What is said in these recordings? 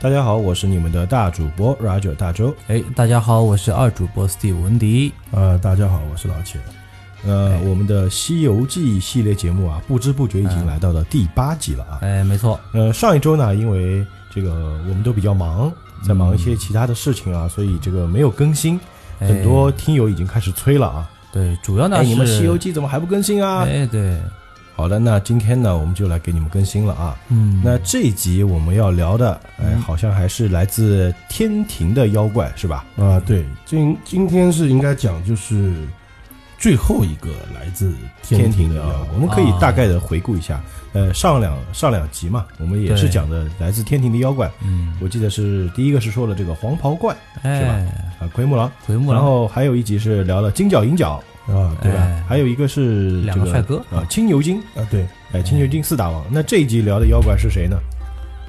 大家好，我是你们的大主播 Roger 大周。哎，大家好，我是二主播 Steve 文迪。呃，大家好，我是老钱。哎呃，我们的《西游记》系列节目啊，不知不觉已经来到了第八集了啊。哎，没错，呃，上一周呢，因为这个我们都比较忙，在忙一些其他的事情嗯啊，所以这个没有更新。哎很多听友已经开始催了啊，对，主要呢哎，是你们《西游记》怎么还不更新啊？哎，对，好的，那今天呢，我们就来给你们更新了啊。嗯，那这一集我们要聊的，嗯哎，好像还是来自天庭的妖怪是吧？啊，对，今今天是应该讲就是最后一个来自天天庭庭的的妖妖怪，我怪。们啊可以大概的回顾一下。呃，上两上两集嘛，我们也是对讲的来自天庭的妖怪。嗯，我记得是第一个是说了这个黄袍怪哎，啊，奎木狼，奎木然狼，后还有一集是聊了金角银角，啊，对对吧？哎还有一个是、这两个帅哥啊，青牛精，啊，对，哎，青牛精四大王。那这一集聊的妖怪是谁呢？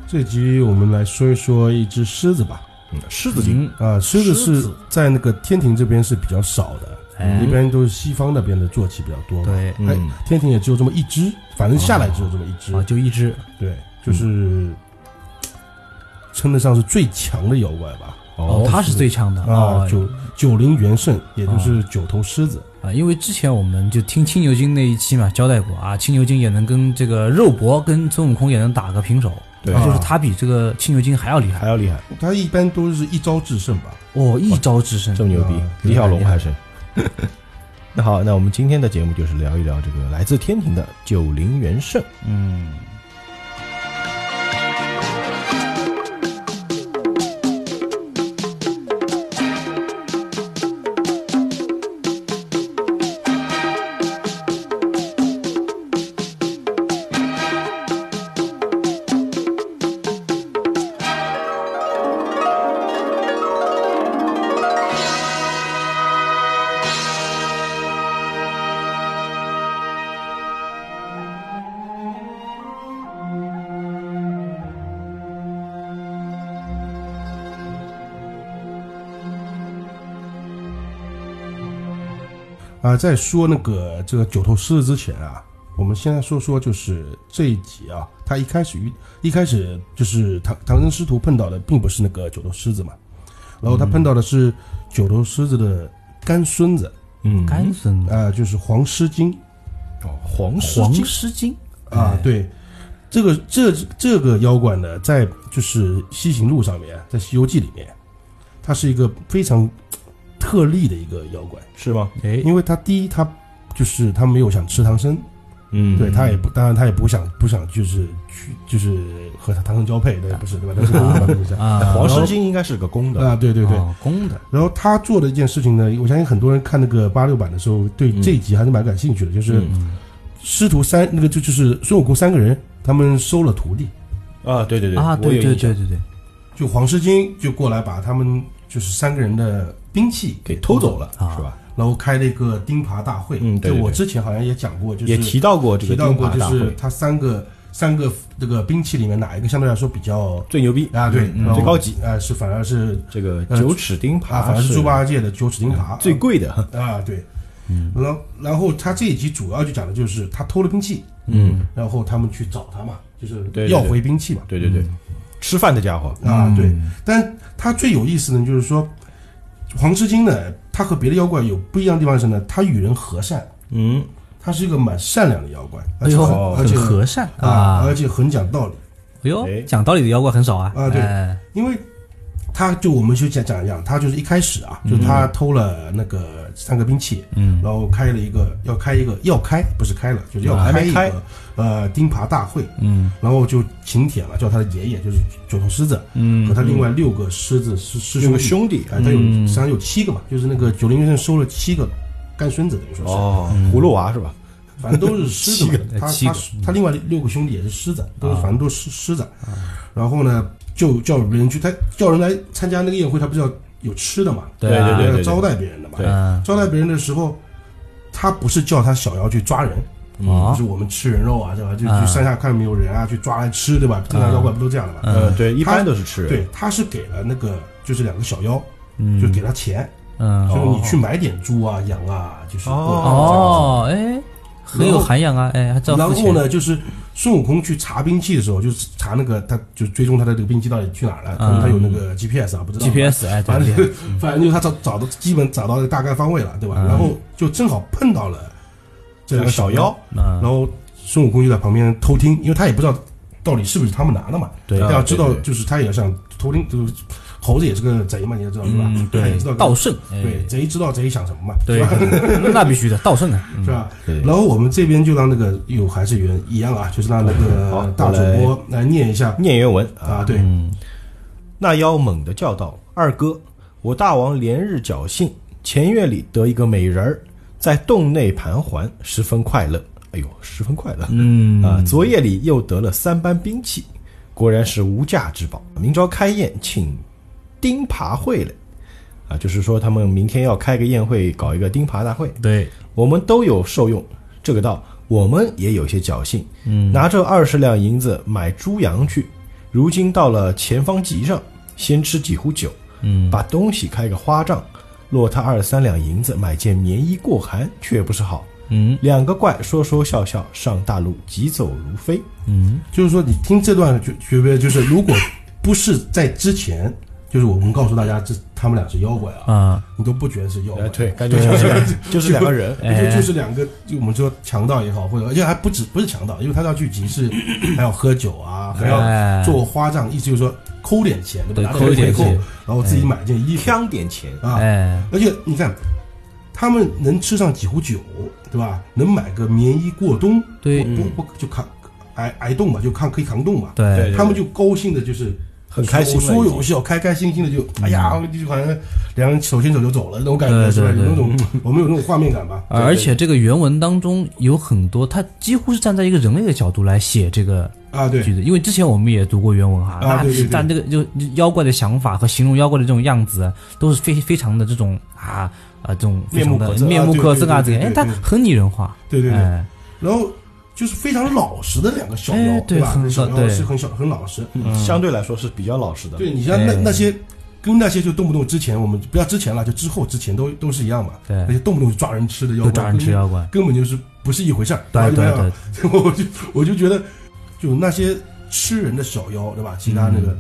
这集我们来说一说一只狮子吧。嗯，狮子精。嗯，啊，狮子狮是子在那个天庭这边是比较少的，哎一般都是西方那边的坐骑比较多嘛。对，哎嗯，哦天庭也只有这么一只，反正下来只有这么一只。啊，就一只，对，就是称得上是最强的妖怪吧。哦，他是最强的啊，哦九九灵元圣，也就是九头狮子。啊，因为之前我们就听青牛精那一期嘛，交代过啊，青牛精也能跟这个肉搏，跟孙悟空也能打个平手，对哦啊就是他比这个青牛精还要厉害还要厉害，他一般都是一招制胜吧。哦，一招制胜这，么牛逼啊，李小龙厉害还是。 那好，那我们今天的节目就是聊一聊这个来自天庭的九灵元圣。嗯，啊，在说那个这个九头狮子之前啊，我们先来说说就是这一集啊，他一开始遇一开始就是唐唐僧师徒碰到的并不是那个九头狮子嘛，嗯然后他碰到的是九头狮子的干孙子嗯干孙子，啊、就是黄狮精哦，黄狮黄精狮精啊哎，对。这个这这个妖怪呢，在就是西行路上面，在《西游记》里面，它是一个非常特例的一个妖怪，是吗？哎，因为它第一，它就是它没有想吃唐僧，嗯对他也不，当然他也不想不想就是去就是和他唐僧交配，对，啊不是对吧？他是公的嘛对不 对啊，哎黄狮然后精应该是个公的啊，对对对。哦公的，然后他做的一件事情呢，我相信很多人看那个八六版的时候，对嗯这一集还是蛮感兴趣的，就是嗯嗯，师徒三那个就就是孙悟空三个人，他们收了徒弟，啊，对对对啊，我有对对印象对对对，就黄狮精就过来把他们就是三个人的兵器给偷走了，啊是吧？然后开了一个钉耙大会。嗯对对就我对之前好像也讲过，就是也提到过这个提钉到过，耙大会，就是他三个三个这个兵器里面哪一个相对来说比较最牛逼啊，对，嗯然后最高级。啊，是反而是这个呃九齿钉啊，耙嗯反而是猪八戒的九齿钉耙最贵的，啊，对，然后然后他这一集主要就讲的就是他偷了兵器，嗯，然后他们去找他嘛，就是对对要回兵器嘛，对对对，吃饭的家伙，啊，对嗯，但他最有意思的就是说，黄狮精呢，他和别的妖怪有不一样的地方是呢，他与人和善，嗯，他是一个蛮善良的妖怪，而哎且呦，很而且很和善啊，啊而，且很讲道理，哎呦哎，讲道理的妖怪很少啊，啊对哎因为他就我们就讲讲一样，他就是一开始啊，就是他偷了那个三个兵器，嗯，然后开了一个要开一个要开不是开了，就是要还没一开个呃钉耙大会，嗯然后就请帖了，叫他的爷爷就是九头狮子嗯和他另外六个狮子师师六兄个兄弟，弟，哎，他有嗯实际上有七个嘛，就是那个九灵元圣收了七个干孙子，等于说是，哦，葫芦娃是吧？反正都是狮子七个嘛，他七个他他另外六个兄弟也是狮子，都是啊反正都是狮子，然后呢就叫人去，他叫人来参加那个宴会，他不是要有吃的嘛，对啊对对对要招待别人的嘛，对嗯招待别人的时候，他不是叫他小妖去抓人，哦就是我们吃人肉啊，对吧？就啊去山下看有没有人啊，去抓来吃，对吧？正常妖怪不都这样的嘛？嗯，对，一他般都是吃人，对，他是给了那个就是两个小妖，嗯就给他钱，嗯就哦是你去买点猪啊、羊啊，就是哦过来哦哎，很有涵养啊，哎，还知道然付后钱。呢，就是孙悟空去查兵器的时候，就是查那个他就是追踪他的这个兵器到底去哪儿了，可能他嗯有那个 GPS 啊，不知道 GPS 哎，反对正对，就反正就是他找找到基本找到大概方位了，对吧？嗯然后就正好碰到了这两个小妖，嗯然，后孙悟空就在旁边偷听，因为他也不知道到底是不是他们拿的嘛。对他要知道对对就是他也想偷听，就是猴子也是个贼嘛，你也知道是吧嗯，？他也对知道，道圣，哎对贼知道贼想什么嘛，对，那那必须的，道圣啊，嗯是吧？对，然后我们这边就让那个有还是原一样啊，就是让那好个大主播来念一下念原文啊，对，嗯，那妖猛地叫道：“二哥，我大王连日侥幸，前院里得一个美人儿，在洞内盘桓，十分快乐。哎呦，十分快乐啊、嗯昨夜里又得了三般兵器，果然是无价之宝。明朝开宴，请钉耙会了。”啊，就是说他们明天要开个宴会，搞一个钉耙大会，对，我们都有受用。这个道，我们也有些侥幸，嗯，拿着二十两银子买猪羊去，如今到了前方集上，先吃几壶酒，嗯，把东西开个花账，落他二三两银子买件棉衣过寒，却不是好。嗯两个怪说说笑笑上大路，疾走如飞。嗯，就是说你听这段就觉得就是如果不是在之前，就是我们告诉大家这他们俩是妖怪啊，啊，你都不觉得是妖哎怪，对，感觉就是就是两个人。就就就是两个，就我们说强盗也好，或者而且还不止不是强盗，因为他要去 集市，还要喝酒啊，还要哎，做花账，意思就是说抠点钱，对吧？对拿抠一点回扣钱，然后自己买件衣服挑点钱，啊，哎，而且你看，他们能吃上几壶酒，对吧？能买个棉衣过冬，对不不不就扛挨挨冻嘛，就扛可以扛冻嘛。嗯对，他们就高兴的，就是很开心有了说已有经笑，开开心心的就，哎呀，就好像两人手牵手就走了那种感觉，对是吧？嗯对对有那种 我们有那种画面感吧？啊而且这个原文当中有很多，它几乎是站在一个人类的角度来写这个啊，对句子，因为之前我们也读过原文哈，啊那对对对但这个就就妖怪的想法和形容妖怪的这种样子，都是非非常的这种啊啊这种非常的面面目目可可憎憎啊，啊这对对对个哎，对对它很拟人化，对对对。哎，然后就是非常老实的两个小哎妖，对吧？很小老对嗯妖是很小很老实，相对来说是比较老实的。对你像那哎那些。跟那些就动不动之前我们不要之前了，就之后之前都都是一样嘛。对那些动不动就抓人吃的都妖怪，抓人吃妖怪，根本就是不是一回事儿。对然对后对，就那样 我就我就觉得，就那些吃人的小妖，对吧？其他那个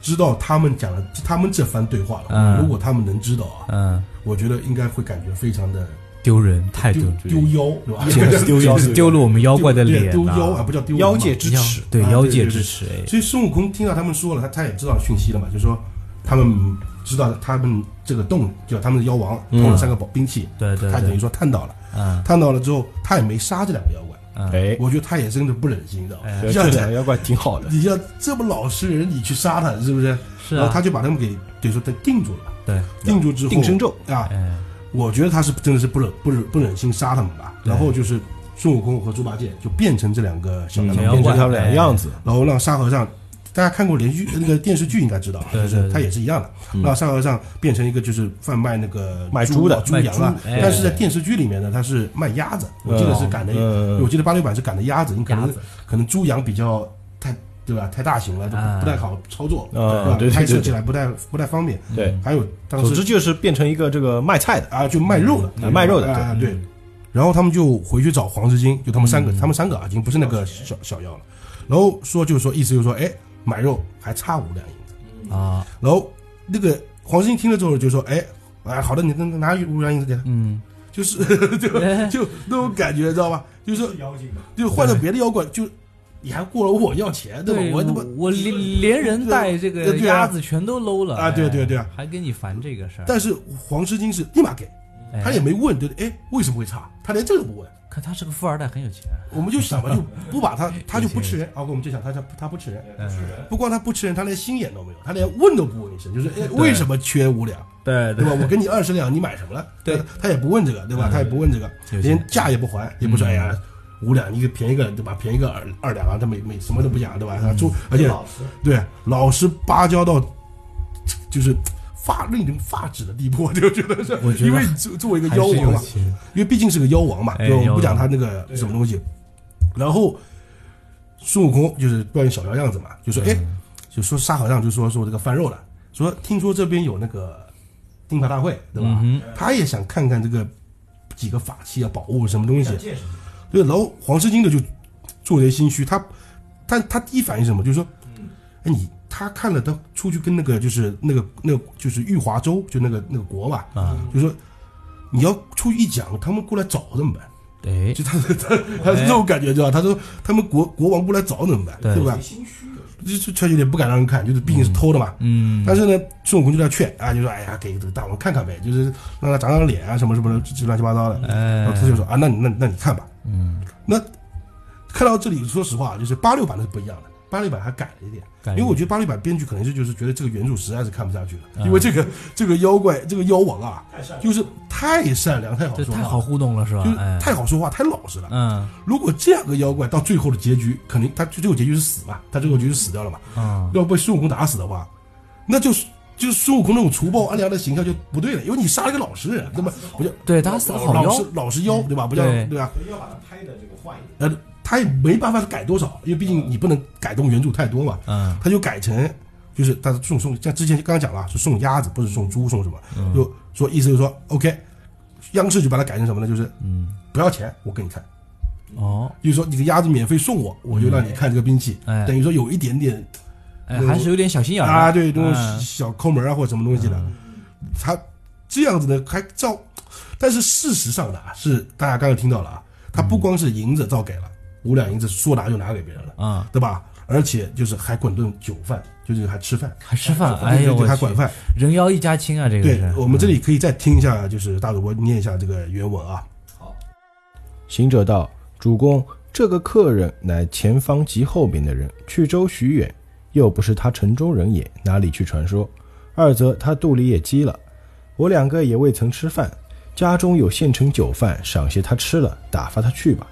知道他们讲的他们这番对话嗯了，如果他们能知道啊，嗯，我觉得应该会感觉非常的丢人太丢丢人，丢妖，对吧？简直 是丢妖就是丢了我们妖怪的脸啊，丢妖啊，不叫丢人嘛妖界之妖耻，对啊妖对界对之对耻，哎，所以孙悟空听到他们说了，他他也知道讯息了嘛，就说他们知道他们这个洞叫他们的妖王偷了三个宝兵器，对嗯对他等于对，说探到了，嗯探到了之后他也没杀这两个妖怪，嗯，哎，我觉得他也真的不忍心，你知道哎吗？这像两个妖怪挺 好的。你像这么老实人，你去杀他是不是？是然啊后他，就把他们给等于说他定住了，对，定住之后定身咒啊，哎，我觉得他是真的是不忍不忍不忍心杀他们吧，对然后就是孙悟空和猪八戒就变成这两哎个小嗯妖小怪妖变怪成他们俩的样子，然后让沙和尚，大家看过连续呃那个电视剧应该知道，啊对对就是对嗯他也是一样的，让沙和尚变成一个就是贩卖那个卖猪猪的啊猪卖羊啊猪，哎但是在电视剧里面呢，他是卖鸭子，我记得是赶的，嗯嗯嗯我记得八六版是赶的鸭子，你可鸭能子可能猪羊比较太对吧，太大型了，就啊不不太好操作，啊对对对吧？拍对摄对起来不太不太方便，嗯对，还有当总之时就是变成一个这个卖菜的，啊，就卖肉的，嗯卖肉的啊对。然后他们就回去找黄狮精，就他们三嗯个，他们三个啊，已经不是那个小小妖了。然后说就是说，意思就是说，哎，买肉还差五两银子。啊，然后那个黄狮精听了之后就说，哎，哎，好的，你那拿五两银子给他，嗯。就是 就就那种感觉，知道吧？就是说妖精就换了别的妖怪，就你还过来问我要钱，对 吧？对，我他妈我连连人带这个对对啊鸭子全都搂了啊对对对啊哎还跟你烦这个事儿。但是黄狮精是立马给，哎他也没问，对不对？哎，为什么会差？他连这个都不问。可他是个富二代，很有钱。我们就想吧，就不把他，他就不吃人。啊，我们就想他他他哎不吃人，不光他不吃人，他连心眼都没有，他连问都不问一声，就是哎，为什么缺五两，对对吧？嗯我给你二十两，你买什么了？对他，他也不问这个，对吧？他也不问这个，有钱连价也不还，也不说哎呀。五两，你便宜个对吧？便宜个二二两啊，他没没什么都不讲嗯对吧？他就而且对老实巴交到，就是发令人发指的地步，我就觉得是，我觉得因为作作为一个还妖是王有嘛，钱。因为毕竟是个妖王嘛，哎就妖王不讲他那个什么东西。然后孙悟空就是扮演小妖样子嘛，嗯就说哎，就说沙和尚就说说这个贩肉的，说听说这边有那个钉耙大会，对吧？嗯哼他也想看看这个几个法器啊、宝物什么东西。对，然后黄狮精的就做贼心虚，他他他第一反应是什么？就是说，嗯哎，你他看了他出去跟那个就是那个那个就是玉华州就那个那个国吧，嗯啊，就说你要出去一讲，他们过来找怎么办？ 哎，就他他他是这种感觉，对吧？他说他们国国王过来找怎么办？对对吧？就就确实有点不敢让人看，就是毕竟是偷的嘛。嗯，但是呢，孙悟空就在劝啊，就说：“哎呀，给这个大王看看呗，就是让他长长脸啊，什么什么的，这这乱七八糟的。”然后哎，他就说：“啊，那你那那你看吧。”嗯，那看到这里，说实话，就是八六版的是不一样的，八六版还改了一点，感因觉为我觉得八六版编剧可能是就是觉得这个原著实在是看不下去了，嗯因为这个这个妖怪这个妖王啊，就是太善良，太好这说太话好了，互动了是吧就是？哎，太好说话，太老实了。嗯如果这样个妖怪到最后的结局，肯定他最后结局是死嘛，他最后结局是死掉了嘛，啊，要被孙悟空打死的话，那就是。就是孙悟空那种粗暴安良的形象就不对了，因为你杀了一个老实人，对吧？不叫对，他死好老妖实老实妖，对吧？不叫对对吧？所以要把它拍的这个换一点。呃，他也没办法改多少，因为毕竟你不能改动原著太多嘛。嗯他就改成，就是他送送，像之前刚刚讲了，是送鸭子，不是送猪，送什么？嗯就说意思就是说，OK，央视就把它改成什么呢？就是嗯，不要钱，我给你看，哦，就是说你的鸭子免费送我，我就让你看这个兵器，哎等于说有一点点哎，就还是有点小心眼儿的啊，对，这种嗯小抠门啊或者什么东西的，他这样子呢还照，但是事实上呢啊是大家刚刚听到了啊，他嗯不光是银子照给了，五两银子说拿就拿给别人了，啊，对吧？而且就是还管顿酒饭，就是还吃饭，还吃饭，对哎呦对我还去管，饭。人妖一家亲啊，这个对是，我们这里可以再听一下，就是大主播念一下这个原文啊。行者道：“主公，这个客人乃前方及后面的人，去州许远，又不是他城中人也，哪里去传说？二则他肚里也饥了，我两个也未曾吃饭，家中有现成酒饭，赏些他吃了，打发他去吧。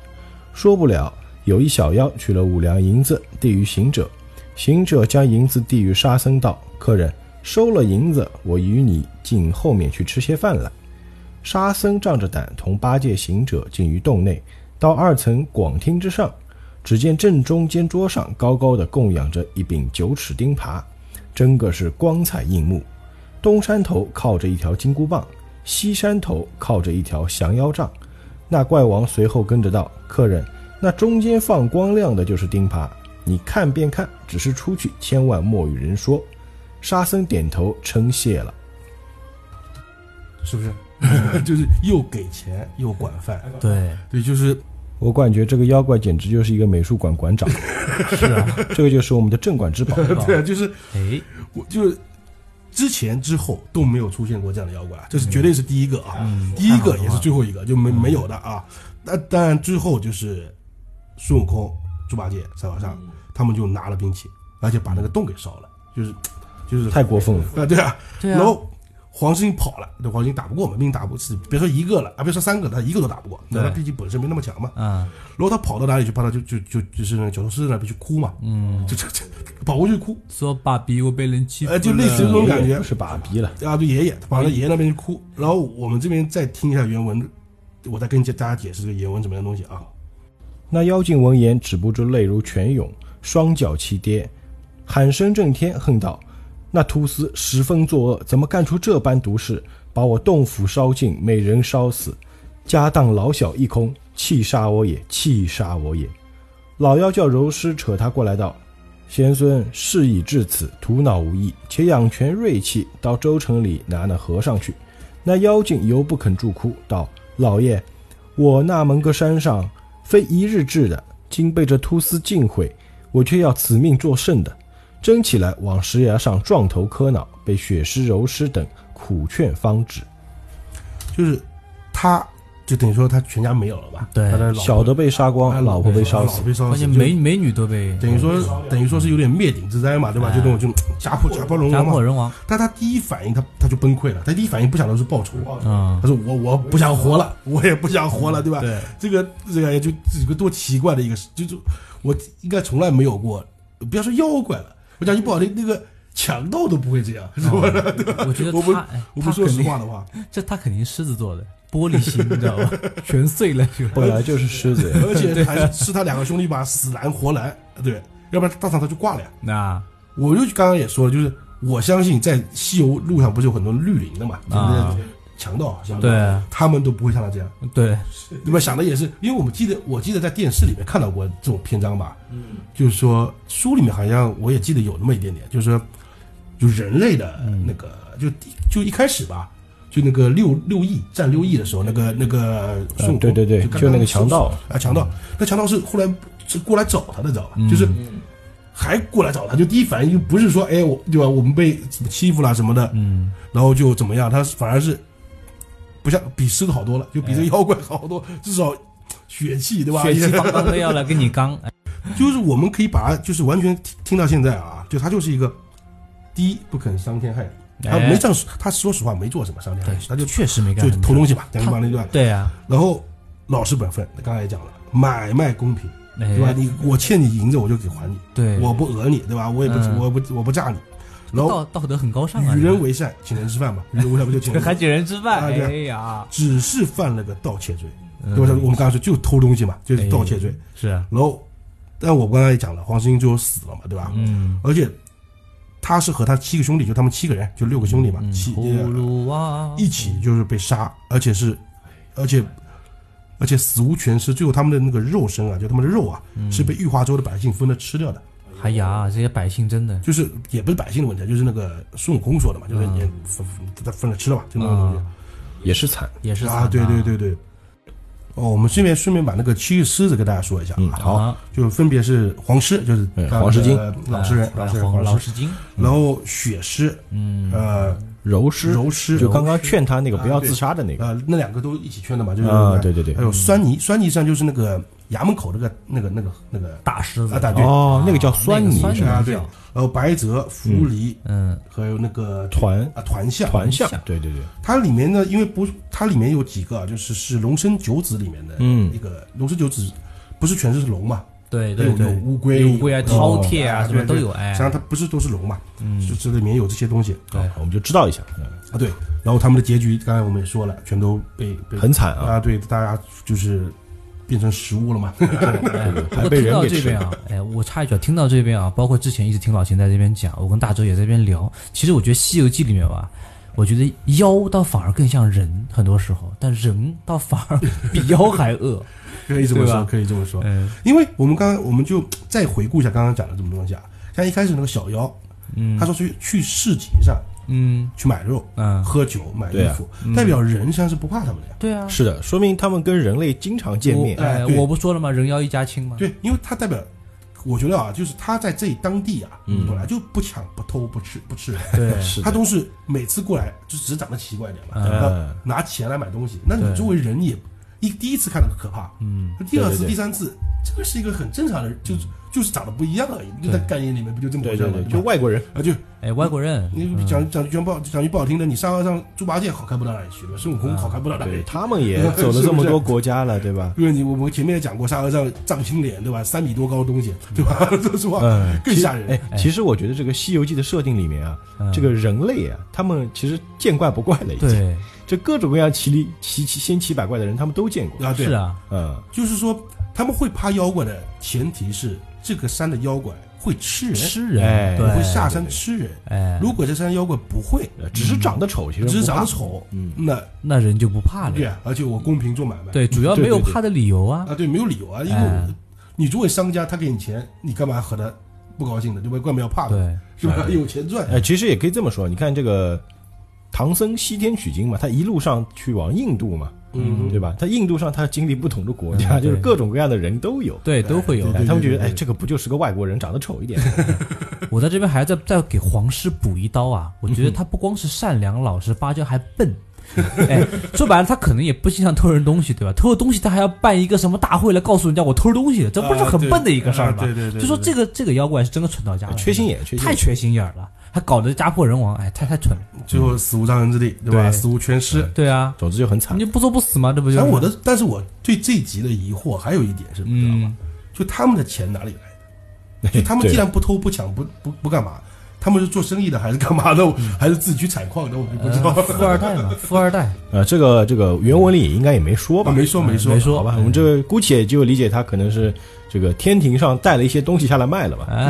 说不了，有一小妖取了五两银子，递于行者，行者将银子递于沙僧道：客人收了银子，我与你进后面去吃些饭来。”沙僧仗着胆同八戒、行者进于洞内，到二层广厅之上，只见正中间桌上高高的供养着一柄九齿钉耙，真个是光彩映目。东山头靠着一条金箍棒，西山头靠着一条降妖杖。那怪王随后跟着道：“客人，那中间放光亮的就是钉耙，你看便看，只是出去千万莫与人说。”沙僧点头称谢了。是不是？嗯 就是又给钱又管饭，对，对，就是我感觉这个妖怪简直就是一个美术馆馆长，是 啊，这个就是我们的镇馆之宝。对，啊就是哎，我就是之前之后都没有出现过这样的妖怪，啊，这是嗯绝对是第一个啊，第一个也是最后一个，就没没有的啊。那当然之后就是孙悟空、猪八戒、三和尚嗯他们就拿了兵器，而且把那个洞给烧了，就是就是 太过分了。啊，对啊，对然啊，后黄世英跑了，对，黄世英打不过嘛，毕竟打不是，别说一个了啊，别说三个，他一个都打不过，那对他毕竟本身没那么强嘛。啊，然后他跑到哪里去？跑到就就就就是那个角头狮子那边去哭嘛，嗯，就就 就跑过去哭说爸比我被人欺负了，哎就类似于这种感觉爷爷不是爸比了，啊，对爷爷，他跑到爷爷那边去哭。然后我们这边再听一下原文，我再跟大家解释这个原文怎么样的东西啊。那妖精闻言，止不住泪如泉涌，双脚齐跌，喊声震天，恨道：“那秃厮十分作恶，怎么干出这般毒事？把我洞府烧尽，每人烧死，家当老小一空，气杀我也，气杀我也！”老妖叫柔师扯他过来道：“贤孙，事已至此，徒劳无益，且养全锐气，到州城里拿那和尚去。”那妖精犹不肯住哭，道：“老爷，我那门个山上非一日至的，今被这秃厮尽毁，我却要死命作甚的？争起来往石崖上撞头磕脑，被雪师、柔师等苦劝方止。就是他，就等于说他全家没有了吧？对他的老婆小的被杀光，哎老婆被烧老死婆。被烧关死，键就美美女都被等于说等于说是有点灭顶之灾嘛，对吧？哎就这种就家破家破人家亡嘛破。人亡，但他第一反应他他就崩溃了，他第一反应不想到是报仇，嗯 他，说我我不想活了， 我也不想活了，对吧？对，这个这个就这个多奇怪的一个事，就就我应该从来没有过，不要说妖怪了，我讲句不好听，那个强盗都不会这样，是吧？我觉得 我不他，哎我他们说肯实定话的 话，这他肯定狮子座的，玻璃心，你知道 吧？全碎了就。本来就是狮子呀，而且还是是他两个兄弟吧，死拦活拦，对，要不然当场他就挂了呀。那我就刚刚也说了，就是我相信在西游路上不是有很多绿林的嘛，就是啊那种强盗，像对他们都不会像他这样。对，那么想的也是，因为我们记得，我记得在电视里面看到过这种篇章吧，嗯，就是说书里面好像我也记得有那么一点点，就是说，就人类的嗯那个，就就一开始吧，就那个六六亿占六亿的时候，那个那个呃孙悟空、对对对刚就那刚个强盗嗯啊，强盗，那强盗是后来是过来找他的，知道吧？就是还过来找他，就第一反应就不是说，哎，我对吧？我们被怎么欺负了什么的，嗯，然后就怎么样，他反而是不像比狮子好多了，就比这妖怪好多， 至少血气对吧？哎 血气方刚的要来跟你刚，哎就是我们可以把它就是完全听听到现在啊，就他就是一个第一不肯伤天害理，他没上，他说实话没做什么伤天害哎对理，他就确实没干就什么偷事儿东西嘛，讲白了一段，对啊，然后老实本分，刚才也讲了，买卖公平。哎对吧？你我欠你银子，我就给还你，对，我不讹你，对吧？我也不、嗯我不我不诈你，然后道道德很高尚啊，与这人个为善，请人吃饭吧，与人为善不就请人吃还饭？请人吃饭，啊哎对啊呀，只是犯了个盗窃罪，嗯对吧？我们刚才说就偷东西嘛，就是盗窃罪。哎是啊，然后，但我刚才也讲了，黄世英最后死了嘛，对吧？嗯，而且他是和他七个兄弟，就他们七个人，就六个兄弟嗯嘛，七、呃葫芦娃一起就是被杀，而且是，而且而且死无全尸。最后他们的那个肉身啊，就他们的肉啊，嗯是被玉华州的百姓分了吃掉的。哎呀，这些百姓真的就是也不是百姓的问题，啊就是那个孙悟空说的嘛，嗯就是也分分分了吃了嘛，就那种东西。啊，也是惨。也是啊，对对对对。哦，我们顺便顺便把那个七个狮子跟大家说一下，啊嗯，好，好，就分别是黄狮，就是嗯大家黄狮精的老实人，哎老实人，黄老黄狮，实精，然后血狮，嗯，呃，柔师柔狮，就刚刚劝他那个不要自杀的那个，呃，那两个都一起圈的嘛，就是啊对对对还有酸泥，酸泥上就是那个衙门口那个那个那个那个大狮子啊，大队，哦，那个叫酸泥哎那个是酸泥吧？啊对，然后白泽、扶犁，嗯，还有那个团啊团象，团象团象，对对对，它里面呢，因为不，它里面有几个啊，就是是龙生九子里面的嗯一个、龙生九子，不是全是龙嘛，对有对有对，乌龟、有乌龟啊、饕餮啊，啊什么对都对有，哎实际，上它不是都是龙嘛，嗯，就这里面有这些东西对哦好，我们就知道一下，嗯啊，对。然后他们的结局，刚才我们也说了，全都被被很惨啊，啊，对，大家就是变成食物了嘛，哎不还过被听人到给这吃边啊，哎，我插一句，啊，听到这边啊，包括之前一直听老秦在这边讲，我跟大周也在这边聊。其实我觉得《西游记》里面吧，我觉得妖倒反而更像人，很多时候，但人倒反而比妖还 恶。可以这么对说，吧可以这么说。嗯因为我们刚刚我们就再回顾一下刚刚讲的这么多东西啊，像一开始那个小妖，嗯他说去去市集上嗯去买肉、嗯，喝酒、买对衣啊服，代表人实际上是不怕他们的呀。对啊，是的，说明他们跟人类经常见面我，哎，哎对我不说了吗？人妖一家亲吗？对，因为他代表，我觉得啊，就是他在这里当地啊，本来就不抢、不偷、不吃、不吃人，对是他的，都是每次过来就只是长得奇怪一点啊嘛，嗯那拿钱来买东西。那你对作为人也一第一次看到可怕，嗯，第二对次、对对嗯第三次，这个是一个很正常的，就是就是长得不一样而已。就在概念里面不就这么对回事对吗对，？对就嗯吧外国人，啊，就哎，外国人，你讲讲句不好讲句不好听的，你沙和尚、猪八戒好看不到哪里去，对吧？孙悟空好看不到哪里嗯啊对去。他们 也走了这么多国家了，对吧？因为你我们前面也讲过，沙和尚藏青脸，对吧？三米多高的东西，对吧？ 说实话，嗯，更吓人。哎，其实我觉得这个《西游记》的设定里面啊，嗯嗯这个人类啊，他们其实见怪不怪了，已经。对，这各种各样奇离奇奇千奇百怪的人，他们都见过。啊，对，是啊，嗯，就是说他们会怕妖怪的前提是这个山的妖怪会吃人，吃哎人，我对，会下山吃人。哎，如果这山妖怪不会，呃只是长得丑，其实只是不怕长得。丑，嗯那那人就不怕了对呀。啊，而且我公平做买卖，对，主要对没有对对怕的理由啊。啊，对，没有理由啊，因为哎我你作为商家，他给你钱，你干嘛和他不高兴的？对吧？干嘛要怕的？对，是吧？有钱赚，呃，其实也可以这么说，你看这个唐僧西天取经嘛，他一路上去往印度嘛，嗯对吧？他印度上他经历不同的国家，嗯对就是各种各样的人都有。对，都会有哦对。哎他们觉对得，哎，这个不就是个外国人，长得丑一 点？我在这边还再再给黄师补一刀啊！我嗯觉得他不光是善良、老实、巴交，还笨。哎，说白了，他可能也不经常偷人东西，对吧？偷了东西，他还要办一个什么大会来告诉人家我偷了东西，这不是啊很对笨的一个事儿啊吗？对对对，就说对这个这个妖怪是真的蠢到家了，缺心眼，缺心太眼。缺心眼儿了，还搞得家破人亡，哎，太太蠢了。最后死无葬身之地，对吧？对死无全尸。对啊，总之就很惨你。就不作不死吗？这不就是但我的，但是我对这一集的疑惑还有一点是，你知道吗？嗯，就他们的钱哪里来？ 就他们既对然不偷不抢不不不干嘛，他们是做生意的还是干嘛的？我嗯 还是自己去采矿的？我就不知 道。呃富二代 嘛，富二代，呃，这个这个原文里也应该也没说吧？ 没说没说没说好吧，我们这个姑且就理解他可能是这个天庭上带了一些东西下来卖了吧。哎，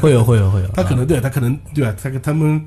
会有会有会有会有，啊他可能对他可能对吧？他他们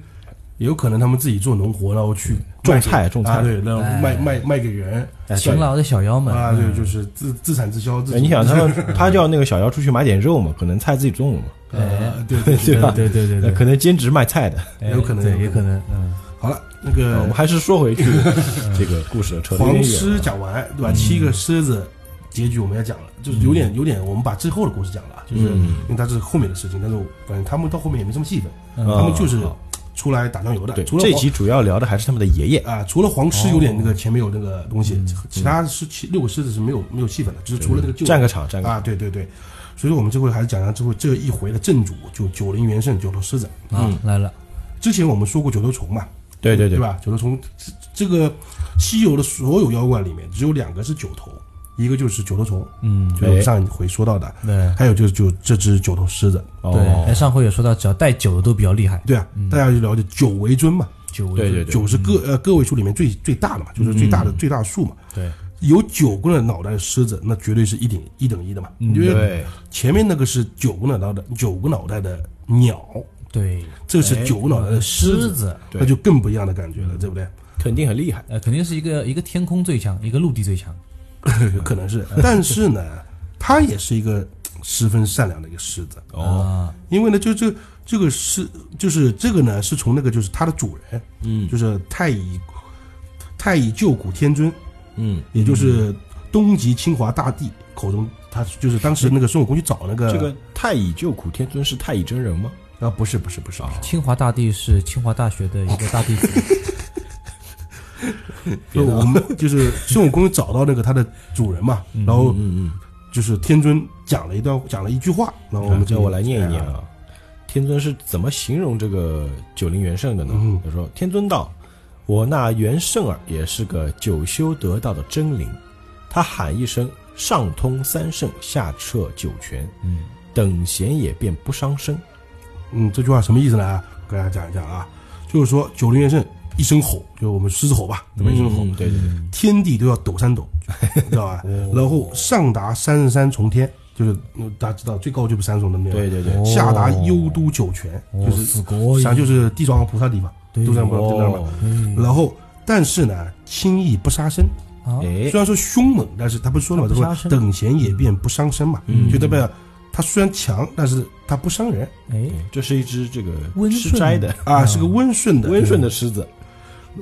也有可能他们自己做农活，然后去种卖给菜种菜啊，对，然后哎卖卖卖给人哎勤劳的小妖们啊，对，嗯就是自自产自销。自哎己你想他们，他叫那个小妖出去买点肉嘛，可能菜自己种了嘛，呃，对 对吧嗯对对对那对可能兼职卖菜的。对，有可能对，有有可可能，嗯，好了，那啊我个们还是说回去 这个故事，扯得有黄点狮远。讲完，对吧？七个狮子结局我们要讲了，就是有点有点，我们把之后的故事讲了啊，就嗯是啊因为它是后面的事情，但是我感觉他们到后面也没什么戏份，嗯他们就是好出来打酱油的哦对，，除了这黄集主要聊的还是他们的爷爷，啊，除了黄狮哦有点那个前面有那个东西，嗯其他是七六个狮子是没有没有戏份的，只是除了那个旧站个场，站个场。啊，对对对，所以说我们这回还是讲讲之后这一回的正主就九灵元圣九头狮子。啊来了，之前我们说过九头虫嘛，对对对对，吧？九头虫这这个西游的所有妖怪里面，只有两个是九头，一个就是九头虫，嗯，就是我们哎上一回说到的，对还有就是就这只九头狮子。对，哎哦，上回有说到，只要带酒的都比较厉害，对啊，大家就了解九为尊嘛，酒对嗯对嗯对九是个呃个位数里面最最大的嘛，就是最大的最大的数嘛。对有九个人脑袋的狮子，那绝对是一顶一等一的嘛，因为嗯对，前面那个是九个脑袋的九个脑袋的鸟，对这个是九个脑袋的狮狮子，子，哎对那就更不一样的感觉了，对不对？肯定很厉害。呃，肯定是一个一个天空最强，一个陆地最强，有可能是，但是呢，它也是一个十分善良的一个狮子，哦，啊，因为呢，就这这个狮，就是这个呢，是从那个就是它的主人，嗯就是太乙太乙救苦天尊，嗯，也就是东极清华大帝口中，他就是当时那个孙悟空去找那个这个太乙救苦天尊是太乙真人吗？啊，不是不是不是，清华大帝是清华大学的一个大弟子，就我们就是孙悟空找到那个他的主人嘛，然后嗯嗯，就是天尊讲了一段，讲了一句话，然后我们叫就我来念一念。啊。天尊是怎么形容这个九灵元圣的呢嗯？他说：“天尊道，我那元圣儿也是个九修得道的真灵，他喊一声上通三圣，下彻九泉，嗯，等闲也便不伤身。嗯，这句话什么意思呢？跟大家讲一下啊，就是说九灵元圣一声吼，就是我们狮子吼吧，这么一声吼，嗯，对对对，天地都要抖 三抖，知道吧？哦然后上达三十三重天，就是嗯大家知道最高就是三重的那个，对哦对对，哦下达幽都九泉，就是哦国实际上就是地藏王菩萨地方，对地藏菩萨在那儿嘛。嗯然后，但是呢，轻易不杀生。啊，哎虽，然说凶猛，但是他不是说了嘛，他他不杀说生等闲也便不伤身嘛，嗯就代表他虽然强，但是他不伤人哎，这是一只这个温吃顺斋的啊，是个温顺的。嗯温顺啊的狮子。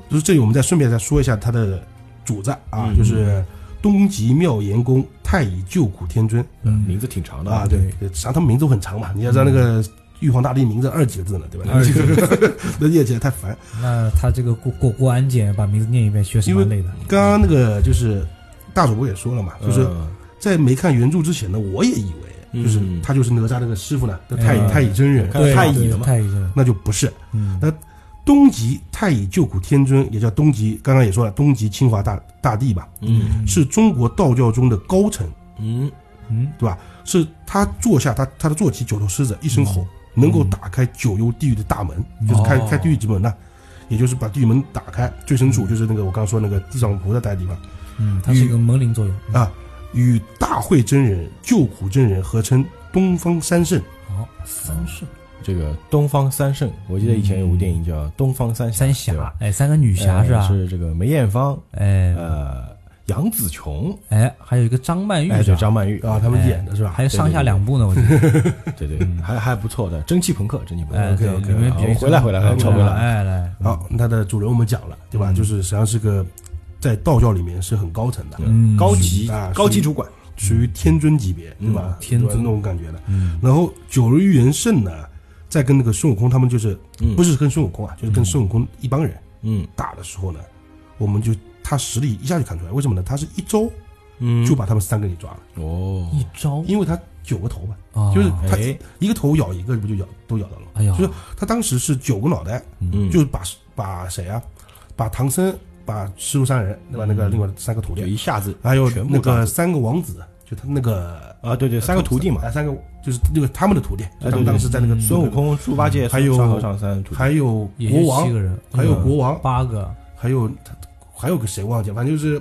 就是这里我们再顺便再说一下他的主赞嗯啊，就是东极妙严宫太乙救苦天尊嗯名字挺长的嗯啊，，对，实际上他们名字都很长嘛，你要知道那个玉皇大帝名字二几个字呢，对吧？二十个 那念起来太烦。那他这个过过过安检，把名字念一遍，确实蛮累的。刚刚那个就是大主播也说了嘛，就是嗯在没看原著之前呢，我也以为就是嗯他就是哪吒那个师傅呢，那太乙嗯太乙真人，看对太啊乙了了嘛太乙了，那就不是。嗯，那东极太乙救苦天尊，也叫东极，刚刚也说了，东极清华大大帝吧，嗯是中国道教中的高层，嗯，嗯，对吧？是他坐下他他的坐骑九头狮子一声嗯吼，能够打开九幽地狱的大门，就是开哦开地狱之门呐，也就是把地狱门打开，最深处就是那个我刚说那个地藏菩萨待的地方嗯，它是一个门铃作用。嗯啊。与大会真人、救苦真人合称东方三圣，好，三圣这个东方三圣，我记得以前有部电影叫《东方三三侠》对峡吧，，哎，三个女侠呃是吧？是这个梅艳芳，哎呃，杨紫琼，哎，还有一个张曼玉哎，是对，吧？张曼 玉啊，他们演的是嗯吧？哎还有上下两部呢，我觉得。对对，还还不错的，蒸汽朋克，蒸汽朋哎，克。对， OK，OK，里面好比喻回来回来回来回扯回来哎来，好，它的主人我们讲了，嗯对吧？就是实际上是个在道教里面是很高层的，嗯，高级啊高级主管，属于天尊级别，嗯对吧？天尊对吧那种感觉的。然后九如玉人圣呢，在跟那个孙悟空他们就是，嗯不是跟孙悟空啊，就是跟孙悟空一帮人嗯打的时候呢，我们就他实力一下就看出来，为什么呢？他是一招嗯就把他们三个给抓了，哦，一招因为他九个头嘛，啊，就是他哎，一个头咬一个，不就咬都咬到了吗？哎呀，就是他当时是九个脑袋，嗯，就是把把谁啊，把唐僧，把师徒三人，对吧？那个另外三个徒就弟，嗯一下子还有全部那抓个三个王子，就他那个啊，对对，三个徒弟嘛，啊，三个就是那个他们的徒弟，就哎他对嗯们当时在那个孙悟，空、猪八戒，还有沙和尚三徒弟，还有也国就王七，个人，哎还嗯有国王，八个，还有他还有个谁忘记了，反正就是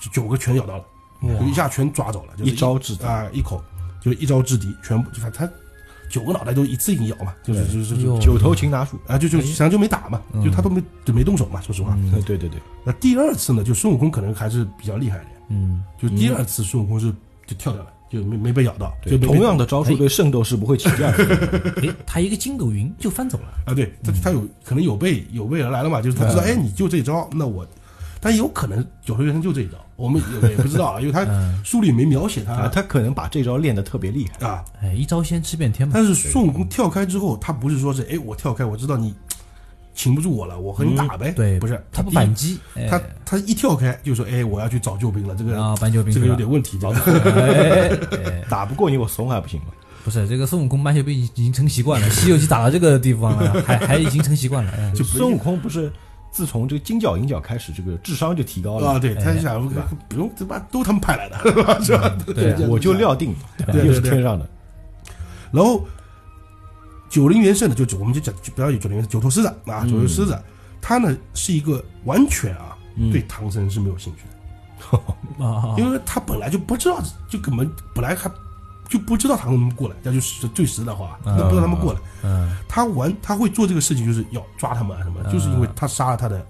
九九个全咬到了，就一下全抓走了，就是一招制敌啊，一口就一招制敌，全部就反他九个脑袋都一次性咬嘛，就是对就是就哟是九头擒拿术。啊，就就哎实际上就没打嘛，嗯就他都没就没动手嘛，说实话。嗯，对对对，那第二次呢，就孙悟空可能还是比较厉害一点，嗯，就第二次孙悟空是就跳掉了，就没没被咬到，就对没同样的招数哎对圣斗士不会起价的。诶，他一个筋斗云就翻走了，啊，对他他有可能有备有备而来了嘛，就是他知道，嗯哎，你就这招，那我，但有可能九头原神就这一招，我们也也不知道啊，因为他嗯，书里没描写他啊，他可能把这招练得特别厉害。啊，哎，一招先吃遍天嘛，但是孙悟空跳开之后，他不是说是，哎，我跳开，我知道你擒不住我了，我和你打呗，嗯对不是，他不一反击，哎他他一跳开就说，哎，我要去找救兵了，这个啊，搬救兵这去个有了，点问题，这个哎哎哎打不过你，我怂还不行吗？不是这个孙悟空搬救兵已经成习 惯了，《西游记》打到这个地方了，还还已经成习惯了，哎就不孙悟空不是自从这个金角银角开始，这个智商就提高啊，了。对，他哎想不用他妈都他们派来的，是吧是吧？ 对啊我就料定对又是对天上的。然后九灵元圣呢，就我们就讲就不要有九灵元圣九头狮子啊，嗯九头狮子，他呢是一个完全啊嗯对唐僧是没有兴趣的，啊，因为他本来就不知道，就根本本来还就不知道唐僧过来，那就是最实的话，嗯那不知道他们过来，嗯，他玩他会做这个事情就是要抓他们啊什么，嗯就是因为他杀了他的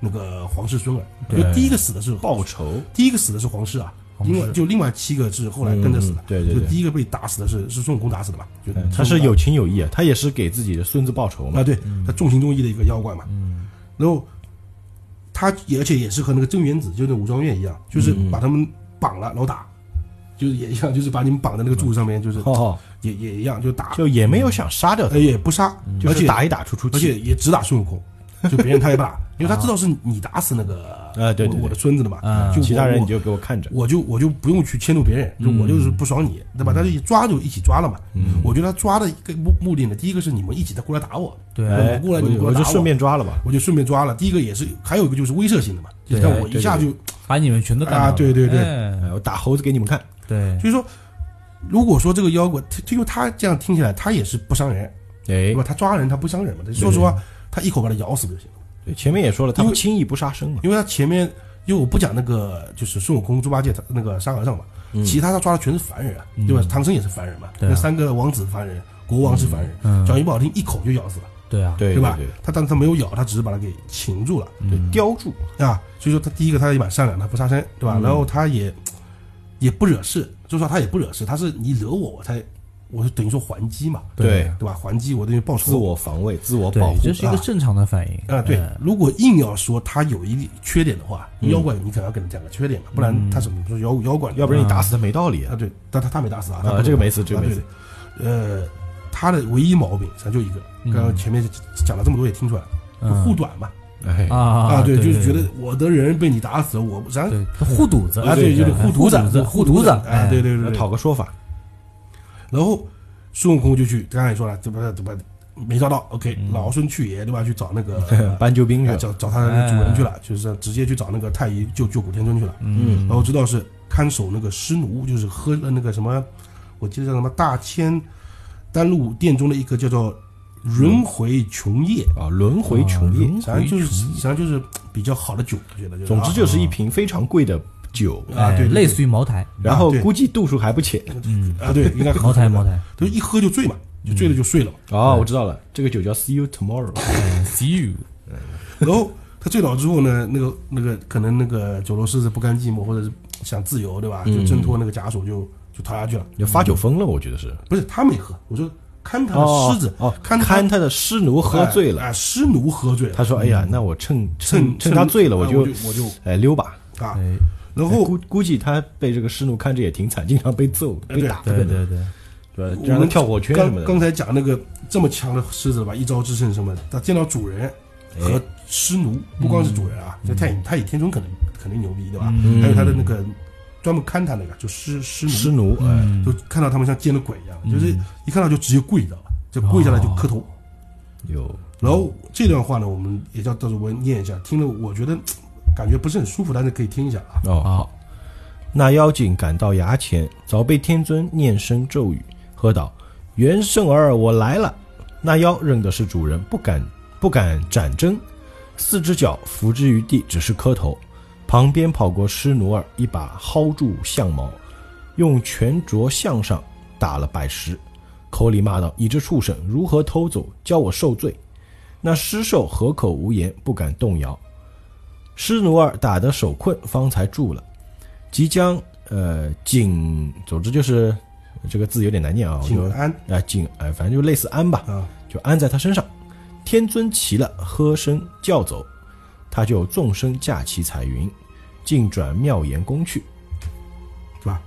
那个皇室孙儿，对因为第一个死的是报，仇，第一个死的是皇室啊。皇室另外就另外七个是后来跟着死的嗯，对对对就第一个被打死的是是孙悟空打死的吧？就嗯他是有情有义啊，他也是给自己的孙子报仇嘛啊，。对他重情重义的一个妖怪嘛。嗯然后他也而且也是和那个镇元子，就是武状元一样，就是嗯把他们绑了，老打，就是也一样，就是把你们绑在那个柱子上面，就是哈哈，也也一样，就打，就也没有想杀掉他呃，也不杀，就而是且打一打出出而气。且也只打孙悟空，就别人他也 不打，因为他知道是你打死那个啊对对我对我的孙子的嘛啊，就其他我人嗯我你就给我看着。我就我就不用去迁怒别人，就我就是不爽你，对吧？但是一抓就一起抓了嘛。嗯我觉得他抓的一个目目的呢，第一个是你们一起再过来打我，对哎哎我过来你过我来打就我顺便抓了吧。我就顺便抓了。第一个也是，还有一个就是威慑性的嘛，就对是让我一下就把你们全都干掉了啊，对对对，哎哎，我打猴子给你们看。对，所以说，如果说这个妖怪，他就他这样听起来，他也是不伤人，哎对吧？，他抓人他不伤人嘛，说实话，他一口把他咬死不就行了？对，前面也说了，他因们为轻易不杀生啊嘛。因为他前面，因为我不讲那个就是孙悟空、猪八戒、那个沙和尚嘛，其他他抓的全是凡人啊，对吧？唐僧也是凡人嘛，嗯对啊那三个王子凡人，国王是凡人，嗯，讲句不好听，一口就咬死了，对嗯啊，对吧对？他但是他没有咬，他只是把他给擒住了。对，雕住。啊，所以说他第一个他也蛮善良，他不杀生，对吧？嗯然后他也也不惹事，就说他也不惹事，他是你惹我，我才我就等于说还击嘛，对，对吧？还击我等于报自仇。我嗯防卫、自我保对，护。这是一个啊正常的反应啊，对哎，如果硬要说他有一缺点的话，妖怪你可能要给他讲个缺点嘛，不然他怎么说妖妖怪呢？嗯要不然你打死他没道理啊，啊。对，但他他没打死啊，啊他这个没死这个啊没对死对呃，他的唯一毛病咱就一个，嗯刚刚前面讲了这么多也听出来了，就嗯护短嘛，哎，啊啊，对，就是觉对得我的人被你打死，我然后对他护犊子啊，对，就是护犊子，子，护犊子，哎啊，对对对要对。讨个说法。然后孙悟空就去，刚才也说了，怎么怎么没抓到？OK，老孙去也对吧？去找那个 搬救兵去啊了。找找他的那个主人去了，就是直接去找那个太医救救古天尊去了。嗯然后知道是看守那个尸奴，就是喝了那个什么，我记得叫什么大千丹露殿中的一个叫做轮回琼液，啊，轮回穷啊夜。轮实际上就是实际上就是比较好的酒，我觉得。总之是就是一瓶非常贵的酒，啊对对对哎类似于茅 台，然后对估计度数还不浅。啊，啊对，应该茅台茅台，台就一喝就醉嘛，就醉了就睡了嘛。哦，我知道了，这个酒叫 See You Tomorrow。 ，See you， 然后他醉倒之后呢，那个那个可能那个九头狮子不甘寂寞，或者是想自由，对吧？嗯就挣脱那个枷锁就，就逃下去了。就发酒疯了，我觉得是。不是他没喝，我说看他的狮子，哦，看看他他的师奴喝醉了，啊，狮奴喝醉了他，说：“哎呀，那我趁趁趁他醉了，啊我我就我就哎溜吧。啊，哎，然”后估估计他被这个师奴看着也挺惨，经常被揍、哎被打，对对对，对吧？我让他们跳火圈什么刚的。刚才讲那个这么强的狮子了吧，一招制胜什么的，他见到主人哎和狮奴，不嗯光是主人啊，这太乙太乙天尊肯定肯定牛逼，对吧？嗯还有他的嗯那个专门看他那个就狮狮奴师奴，哎，嗯就看到他们像见了鬼一样，就是一看到就直接跪着了，就跪下来就磕头。有然后这段话呢，我们也叫到时候我念一下，听了我觉得嘖感觉不是很舒服，但是可以听一下啊。哦，好，那妖精赶到衙前，早被天尊念声咒语，喝道：“元圣儿，我来了！”那妖认的是主人，不敢不敢展争，四只脚伏之于地，只是磕头。旁边跑过施奴儿，一把薅住象毛，用拳啄向上打了百十。口里骂道：“你这畜生，如何偷走？教我受罪！”那尸兽何口无言，不敢动摇。施奴儿打得手困，方才住了，即将呃紧，总之就是这个字有点难念啊，我就请安啊紧哎、反正就类似安吧，啊，就安在他身上。天尊齐了，喝声叫走，他就纵身驾起彩云，尽转妙言宫去。是吧？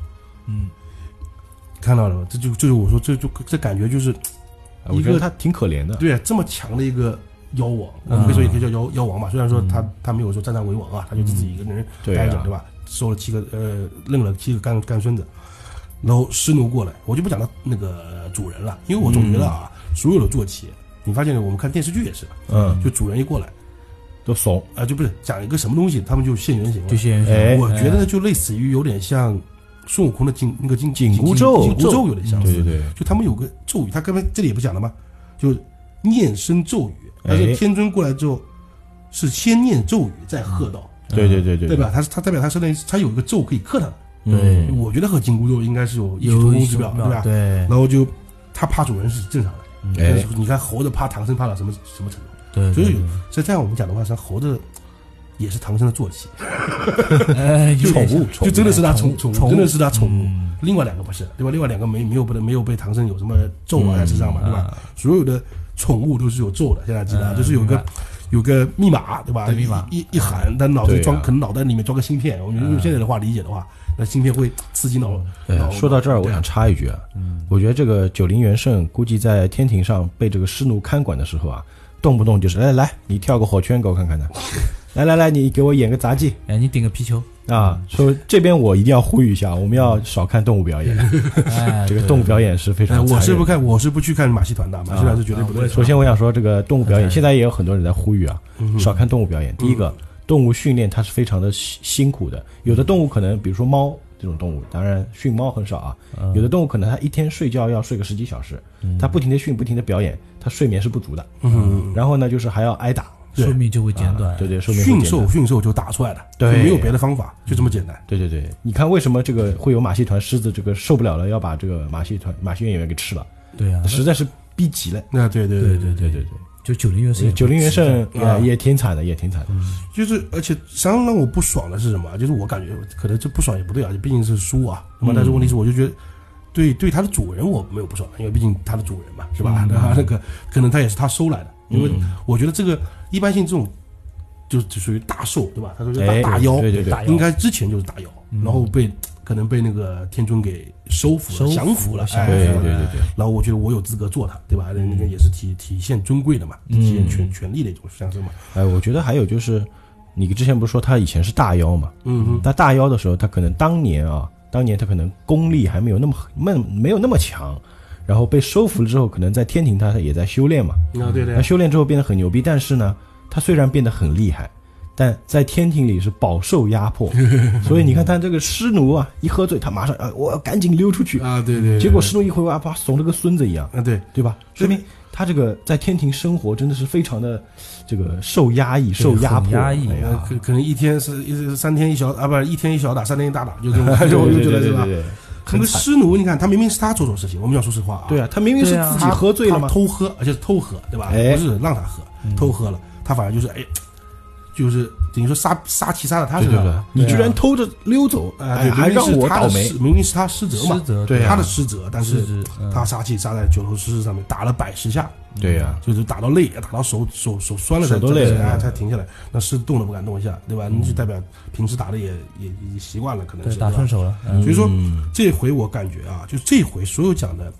嗯，看到了吗？这就就是我说这就这感觉就是啊我一觉个得他挺可怜的，对这么强的一个妖王，我嗯们可以说也可以叫妖妖王吧。虽然说他他没有说站上为王啊，他就自己一个人对待着，啊对，吧？收了七个呃，认了七个干干孙子，然后师奴过来，我就不讲他那个主人了，因为我总觉得啊，所有的坐骑，你发现我们看电视剧也是，嗯，就主人一过来啊、都怂，就不是讲一个什么东西，他们就现原形了。就现哎我觉得就类似于有点像孙悟空的紧那个紧紧箍咒紧箍咒有点像。对对对，就他们有个咒语，他刚才这里也不讲了吗？就念声咒语，但哎是天尊过来之后是先念咒语再喝道，对对嗯对对对？吧？他是他代表他相当于他有一个咒可以克他的。嗯，我觉得和紧箍咒应该是有异曲有同一工之种啊妙，对吧？对然后就他怕主人是正常的，但哎是，你看猴子怕唐僧怕到什么什么程度？对，所以对所以在我们讲的话，像猴子也是唐僧的坐骑， 对哎，有宠点物，就真的是他宠宠物物，真的是他宠物。嗯另外两个不是，对吧？另外两个没没有不能没有被唐僧有什么咒啊在身上嘛，对吧？所有的宠物都是有咒的，现在记得啊嗯就是有明个白有个密码，对吧？对密码一一一喊，他脑子对装啊可能脑袋里面装个芯片，我们用现在的话理解的话，那芯片会刺激脑。脑哎，说到这儿，我想插一句啊，我觉得这个九零元圣估计在天庭上被这个师奴看管的时候啊，动不动就是来来来，你跳个火圈给我看看的， 来来来，你给我演个杂技哎，你顶个皮 球，啊！说这边我一定要呼吁一下，我们要少看动物表 演，哎，这个对动物表演是非哎，常残我是忍不的。看，我是不去看马戏团的，马戏团是绝对不对的。首先，我想说这个动物表演，现在也有很多人在呼吁啊，嗯少看动物表演。第一个，动物训练它是非常的辛辛苦的，有的动物可能，比如说猫这种动物，当然训猫很少啊，嗯有的动物可能它一天睡觉要睡个十几小时，它不停的训，不停的表演，它睡眠是不足的。嗯，然后呢，就是还要挨打，对寿命就会减短，啊对对，寿命会驯减兽短。驯兽就打出来的，对嗯没有别的方法，就这么简单。对对对，你看为什么这个会有马戏团狮子这个受不了了，要把这个马戏团马戏演员给吃了，对啊，实在是逼急了。那对对对对对对对，就九零元对，是九零元圣啊也也挺惨的，也挺惨的。就是，而且相当让我不爽的是什么？啊就是我感觉可能这不爽也不对啊，毕竟是书啊。那么，但是问题嗯是，我就觉得对对它的主人我没有不爽，因为毕竟它的主人嘛，是吧？嗯然后 那个可能它也是它收来的，因为嗯我觉得这个一般性这种就就属于大兽，对吧？他说是大哎大妖，对对嗯对大妖应该之前就是大妖，然后被可能被那个天尊给收服收了、服降服了，降哎服对了对对对，嗯然后我觉得我有资格做它，对吧？那那个也是体体现尊贵的嘛，体现权权力的一种象征嘛。哎，我觉得还有就是，你之前不是说他以前是大妖嘛？嗯嗯，他大妖的时候，他可能当年啊，当年他可能功力还没有那么没没有那么强，然后被收服了之后，可能在天庭他也在修炼嘛。啊对对那，修炼之后变得很牛逼，但是呢，他虽然变得很厉害，但在天庭里是饱受压迫，所以你看他这个师奴啊，一喝醉他马上啊，我要赶紧溜出去。啊，对对对结果师奴一回啊，把怂的跟孙子一样，啊，对，对吧？说明他这个在天庭生活真的是非常的这个受压抑、受压迫、很压抑哎呀呃可可能一天是一三天一小啊，不是一天一小打，三天一大打，就这 种感觉，我就觉得是吧？对，那很个惨。师奴，你看他明明是他做这种事情，我们要说实话啊，对啊，他明明是自己他喝醉了嘛他，偷喝，而且是偷喝，对吧？哎嗯不是让他喝，偷喝了，他反而就是哎，就是等于说杀杀气杀到他对身对上对了，，你居然偷着溜走，啊，哎对，还明明让是我他倒的霉失，明明是他失责失嘛，责，对啊他的失责，但失是责，嗯他杀气杀在九头狮子上面，打了百十下，对啊呀，就是打到累，打到手手手酸了才，手都累了嗯才才哎停下来。那是动都不敢动一下，对吧？那就代表平时打的也也也习惯了，可能对是打对吧顺手了，嗯所以说嗯这回我感觉啊，就这回所有讲的，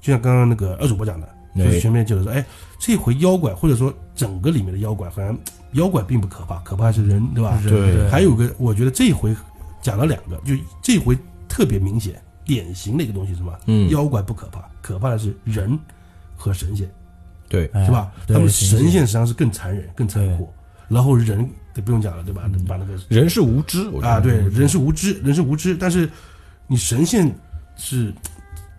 就像刚刚那个二主播讲的，哎就是前面就是说，哎，这回妖怪或者说整个里面的妖怪，好像妖怪并不可怕，可怕是人，对吧？人对还有个，我觉得这回讲了两个，就这回特别明显、典型的一个东西是什么？嗯妖怪不可怕，可怕的是人和神仙。对，哎嗯是吧？对他们神神仙实际上是更残忍、更残酷，然后人就不用讲了，对吧？把那个嗯人是无知，我觉得啊，对，人是无知，人是无知，但是你神仙是，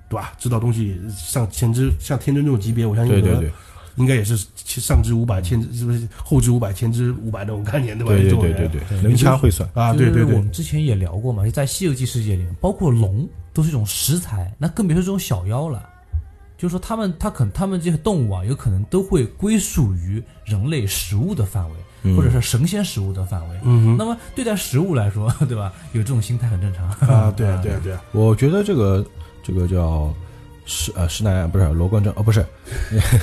对吧？知道东西上前知像天尊这种级别，我相信啊对可对能对应该也是上知五百，千知是不是后知五百，前知五百那种概念，对吧？对对这种对人对对，能掐会算，啊，就是对对我对们之前也聊过嘛，就在《西游记》世界里面，包括龙都是一种食材，那更别说这种小妖了。就是说他们他可他们这些动物啊，有可能都会归属于人类食物的范围，或者是神仙食物的范围。嗯那么对待食物来说，对吧？有这种心态很正常。哼，啊，对啊，对啊，对啊，我嗯觉得这个这个叫施呃施耐庵不是罗贯中哦不是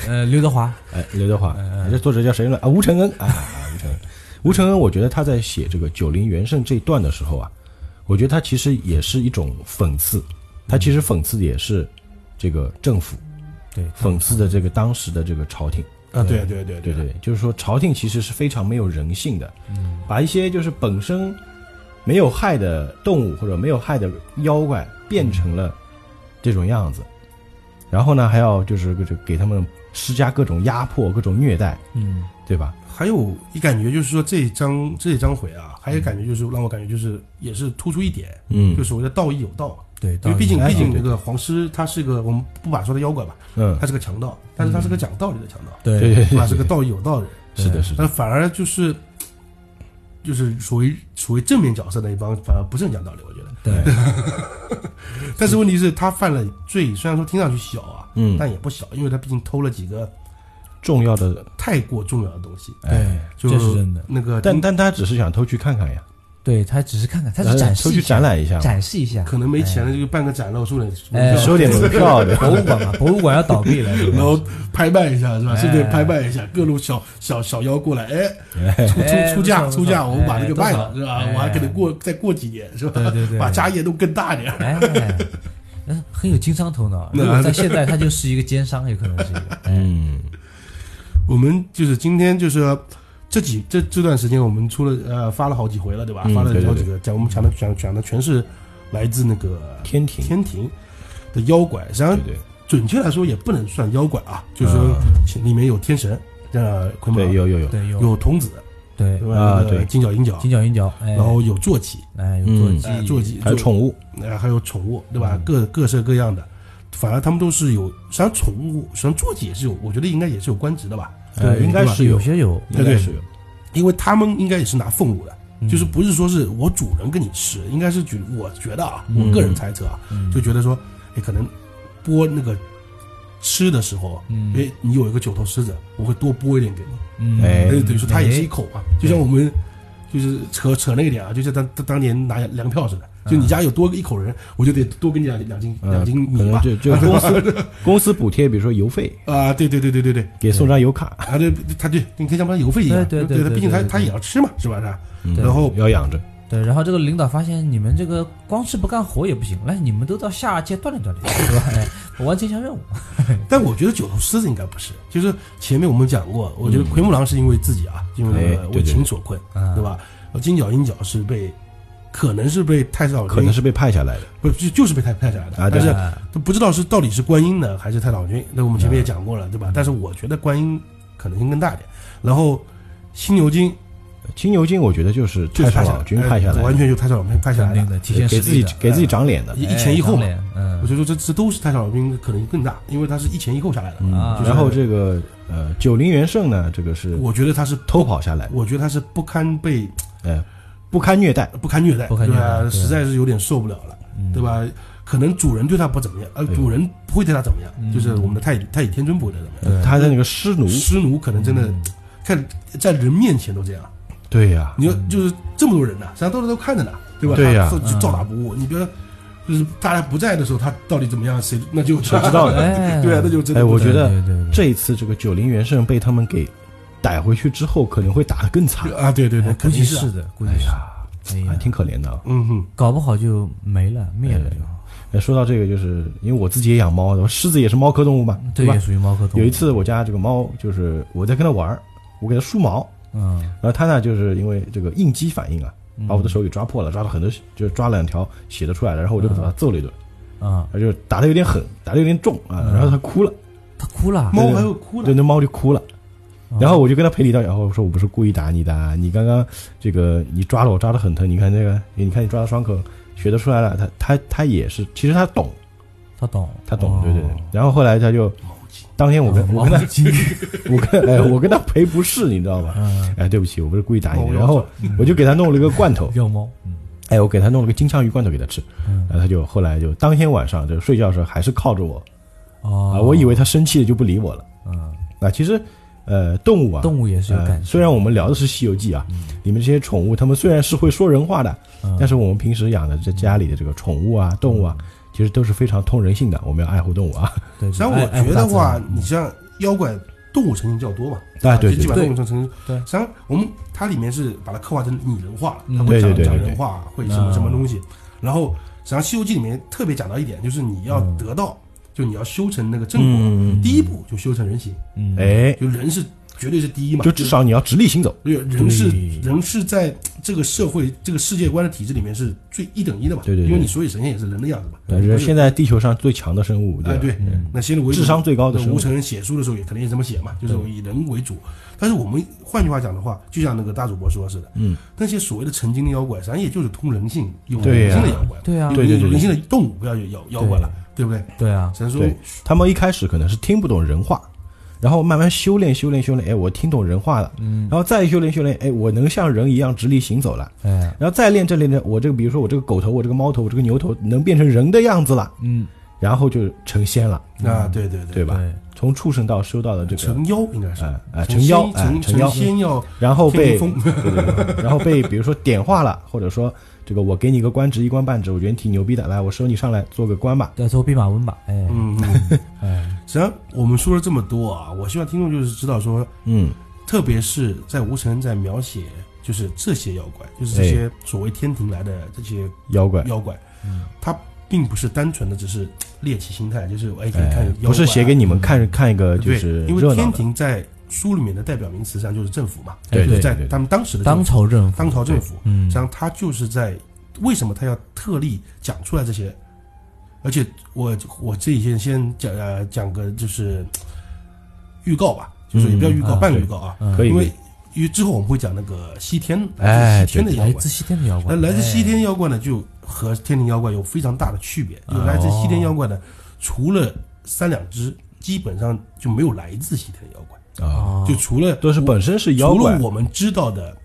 呃，刘德华，哎刘德华嗯哎这作者叫谁来啊吴承恩啊啊 吴承恩吴承恩我觉得他在写这个九零元盛这一段的时候啊，我觉得他其实也是一种讽刺，他其实讽刺的也是这个政府对，讽刺的这个当时的这个朝廷。啊，对啊，对啊，对啊，啊对啊对，对，就是说朝廷其实是非常没有人性的，把一些就是本身没有害的动物或者没有害的妖怪变成了这种样子，然后呢还要就是这给他们施加各种压迫、各种虐待，嗯，对吧？还有一感觉就是说这一章这一章回啊，还有感觉就是让我感觉就是也是突出一点，嗯就所谓的道义有道，啊对，因为毕竟哎毕竟对那个黄狮他是个我们不把说他妖怪吧，嗯他，是个强盗，但是他是个讲道理的强盗，对对对对吧？是个道义有道的人，是的，是的，但反而就是就是属于属于正面角色那一帮，反而不是很讲道理，我觉得。对，但是问题是，他犯了罪，虽然说听上去小啊，嗯，但也不小，因为他毕竟偷了几个重要的，太过重要的东西，哎，就这是真的。那个但但他只是想偷去看看呀，对他只是看看，他呃是展示偷一去下展，览一下嘛，展示一下，可能没钱哎了，就办个展览，收点哎收点门票的，博物馆啊嘛， 博物馆要倒闭 了，对吧然后拍卖一下是吧？哎顺便拍卖一下，各路小小小妖过来，哎，出哎出出价不错出不错价，我们把这个卖哎了多是少吧哎？我还可能过再过几年是吧对？对对，把家业弄更大点。哎，嗯，很有经商头脑。那如果在现在，他就是一个奸商，有可能是一 个。哎，嗯，我们就是今天就是这几这这段时间，我们出了呃发了好几回了，对吧？嗯发了对对好几个讲，我们讲的讲讲的全是来自那个天庭，天庭的妖怪，实际对上对准确来说也不能算妖怪啊，就是说里面有天神，呃，奎对，门有有有，对，有有童子，对对吧？啊那个对金角银角，金角银角，哎然后有坐骑，哎有嗯坐哎，骑，坐骑，还有宠物，嗯呃，还有宠物，对吧？各各色各样的，反正他们都是有，实际上宠物，实际上坐骑也是有，我觉得应该也是有官职的吧，呃对应该有是有有，些有，应该是有，因为他们应该也是拿俸禄的，嗯就是不是说是我主人跟你吃，应该是觉我觉得啊，嗯我个人猜测啊，嗯就觉得说，哎，可能拨那个吃的时候，嗯哎，你有一个九头狮子，我会多拨一点给你，嗯哎哎，等于说它也是一哎口嘛，就像我们就是扯扯那个点啊，就像当当当年拿粮票似的，就你家有多一口人，我就得多给你两两斤嗯两斤可米能吧，就就公司公司补贴，比如说邮费，啊，对对对对对对，给送张邮卡，啊对，他对，你可以像把它邮费一样，对对对对，对毕竟他对对他也要吃嘛，是吧？是吧？嗯然后要养着，对，然后这个领导发现你们这个光吃不干活也不行，来你们都到下界锻炼锻炼，对吧？哎，我完成一项任务。但我觉得九头狮子应该不是，就是前面我们讲过，我觉得奎木狼是因为自己啊，因为那哎个对为对情所困，啊对吧？呃金角银角是被，可能是被太上老君，可能是被派下来的，不就就是被太派下来的，啊对但是哎都不知道是到底是观音呢还是太上老君。那我们前面也讲过了，对吧？但是我觉得观音可能性更大一点。然后犀牛精金牛精我觉得就是就太是上派下老来君哎派下来的，完全就太上老君派下来肯定的。的，体现呃给实自力己的，给自己长脸的一。哎一前一后嘛长脸嗯，我就说这这都是太上老君可能性更大，因为他是一前一后下来的。嗯啊然后这个呃九零元圣呢，这个是我觉得他是，偷跑下来的，我觉得他是不堪被呃，不堪虐待，不堪虐待，不堪对虐待吧？对实在是有点受不了了，嗯对？吧？可能主人对他不怎么样，呃，哎呦主人不会对他怎么嗯样，就是我们的太乙太乙天尊不会对他怎么对他的那个施奴样，，师奴可能真的嗯看在人面前都这样。对呀，你要就是这么多人呢、实际上都是都看着呢，对吧？对呀嗯他就照打不误。你别就是大家不在的时候，他到底怎么样，谁那就谁知 道的哎对啊，那就真的哎不我知觉得对对对这一次这个九零元圣被他们给逮回去之后，可能会打得更惨道，啊，对对对，哎估肯计定啊是的，估计哎是。呀，哎呀还挺可怜的啊。嗯哼，搞不好就没了灭了哎就。那说到这个，就是因为我自己也养猫的，狮子也是猫科动物嘛，这吧也？属于猫科动物。有一，次我家这个猫就是我在跟它玩儿，我给它梳毛，嗯，然后它呢就是因为这个应激反应啊，嗯把我的手给抓破了，抓了很多血，就抓了两条血的出来了，然后我就把它揍了一顿，啊，它就打的有点狠，打的有点重啊，嗯然后它哭了，它哭了。猫还会哭对，的，那猫就哭了。啊然后我就跟它赔礼道歉，然后我说我不是故意打你的啊，你刚刚这个你抓了我抓的很疼，你看这个，你看你抓的伤口血都出来了，它它它也是，其实它懂，它懂，他懂，哦对对对。然后后来他就，当天我跟我跟 他我跟哎我跟他赔不是，你知道吧？嗯，哎，对不起，我不是故意打你猫的。要然后我就给他弄了一个罐头，要猫，嗯哎，我给他弄了个金枪鱼罐头给他吃。嗯然后他就后来就当天晚上就睡觉的时候还是靠着我，啊，哦、我以为他生气了就不理我了。嗯，啊，其实，呃，动物啊，动物也是有感呃。情，虽然我们聊的是《西游记》啊，里面这些宠物，它们虽然是会说人话的，嗯但是我们平时养的这家里的这个宠物啊、动物啊，其实都是非常通人性的。我们要爱护动物啊，对，实际上我爱爱觉护得大自然话，你像妖怪动物成分较多嘛，啊对就基对本上动物成成对实际上我们它里面是把它刻画成拟人化了，嗯它对会讲对对讲对对人话，会什么嗯什么东西。然后实际上《西游记》里面特别讲到一点，就是你要嗯得到，就你要修成那个正果，嗯，第一步就修成人形，嗯， 哎，就人是绝对是第一嘛，就至少你要直立行走。对人是对人是在这个社会、这个世界观的体制里面是最一等一的嘛。对对对因为你所有神仙也是人的样子嘛。对，人不呃是现在地球上最强的生物，哎吧对，那先是为主智商最高的生吴物，承恩写书的时候也肯定也这么写嘛，就是以人为主。但是我们换句话讲的话，就像那个大主播说的似的，嗯，那些所谓的成精的妖怪，实际上也就是通人性、有对人呀性的妖怪，对啊有对对对对有人性的动物，不要有妖妖怪了，对不对？对啊，只能说对他们一开始可能是听不懂人话，然后慢慢修炼修炼修炼，哎，我听懂人话了，嗯，然后再修炼修炼，哎，我能像人一样直立行走了，哎，然后再练这练这，我这个比如说我这个狗头，我这个猫头，我这个牛头能变成人的样子了，嗯，然后就成仙了，啊，对对对对，吧？对，从畜生道修到了这个，成妖应该是哎哎成成妖仙哎成成妖成仙要然后被天风， 对对对然后被比如说点化了，或者说这个我给你个官职一官半职，我觉得你挺牛逼的，来我收你上来做个官吧。要做弼马温吧，哎，嗯，嗯哎，实际上我们说了这么多啊，我希望听众就是知道说，嗯，特别是在吴承恩在描写就是这些妖怪，就是这些所谓天庭来的这些妖怪，妖怪嗯，他并不是单纯的只是猎奇心态，就是我也可以看哎妖怪啊、不是写给你们看看一个就对，是因热闹为天的，庭在书里面的代表名词上就是政府嘛，对就是对在对他们当时的当政府朝政府，当朝政府，实嗯际，上他就是在为什么他要特例讲出来这些，而且我我这里先先讲呃讲个就是预告吧，就是也不叫预告，嗯啊半个预告啊，嗯可以因可为以，因为之后我们会讲那个西天，呃哎西天的来妖怪自。西天的妖那怪，来自西哎，天妖怪呢，就和天庭妖怪有非常大的区别。哦就来自西天妖怪呢，除了三两只，基本上就没有来自西天的妖怪，啊，哦就除了都是本身是妖怪除了，我们知道的，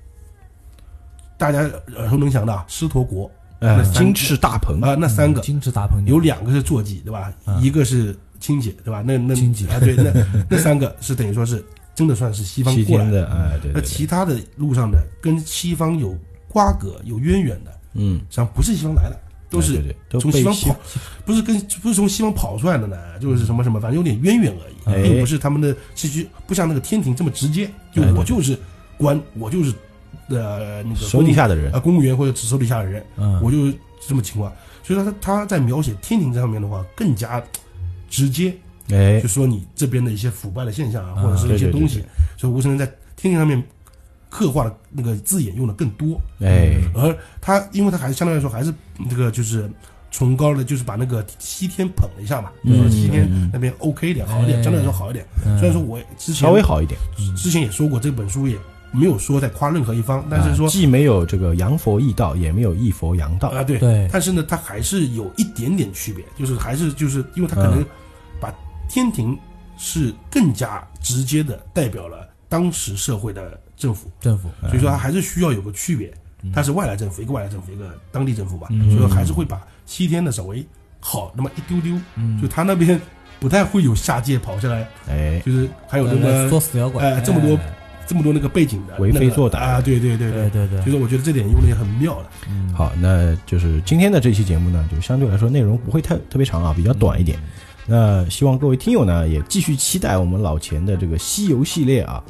大家耳熟能详的啊狮驼国呃那，三金翅大鹏，啊，那三嗯个金翅大鹏鸟有两个是坐骑，对吧？嗯一个是亲姐，对吧？那那亲姐啊，对，那那三个是等于说是真的算是西方西过天来的。的，哎，对对那对，其他的路上的跟西方有瓜葛、有渊源的，嗯，实际上不是西方来的，都哎是对对都从被西方西跑，不是跟不是从西方跑出来的呢，就是什么什么，反正有点渊源而哎已，并不是他们的是去不像那个天庭这么直接，就哎对我就是官，我就是呃那个手底下的人啊，公务员或者手底下的人，嗯，我就是这么情况。所以说他他在描写天庭这方面的话更加直接，哎就，说你这边的一些腐败的现象啊，啊或者是一些对对对东西对。所以吴承恩在天庭上面刻画的那个字眼用的更多，哎，而他，因为他还是相对来说还是这个就是崇高的，就是把那个西天捧了一下嘛，就嗯说西天嗯嗯那边 OK 一点，好一点，哎相对来说好一点。嗯虽然说我之前稍微好一点，之前也说过，这本书也没有说在夸任何一方，但是说啊既没有这个扬佛义道，也没有义佛扬道，啊对，对，但是呢，它还是有一点点区别，就是还是就是因为它可能嗯把天庭是更加直接的代表了当时社会的政府，政府，所以说它还是需要有个区别嗯，它是外来政府，一个外来政府，一个当地政府吧，嗯所以说还是会把西天的稍微好那么一丢丢，嗯，就他那边 不太会有下界跑下来，哎，就是还有那来个作死妖怪，哎这么多这么多那个背景的为那非个作歹啊，对对对哎对对，对对所以，说我觉得这点用的也很妙了，嗯，好，那就是今天的这期节目呢，就相对来说内容不会太特别长啊，比较短一点。嗯那希望各位听友呢也继续期待我们老钱的这个西游系列啊，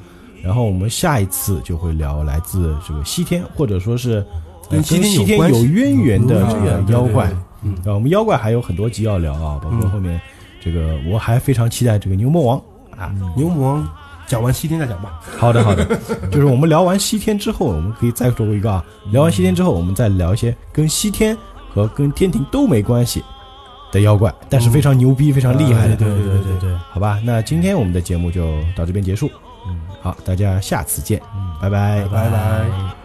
然后我们下一次就会聊来自这个西天或者说是呃哎跟西天有西天关系有渊源的这个有渊源对妖对怪对嗯啊，我们妖怪还有很多集要聊啊，包括嗯后面这个我还非常期待这个牛魔王啊。牛魔王讲完西天再讲吧。好的好 的，就是我们聊完西天之后，我们可以再做一个啊，聊完西天之后，我们再聊一些跟西天和跟天庭都没关系的妖怪，但是非常牛逼、非常厉害的，哎对对对对对，好吧？那今天我们的节目就到这边结束，嗯好，大家下次见，嗯，拜拜拜拜拜。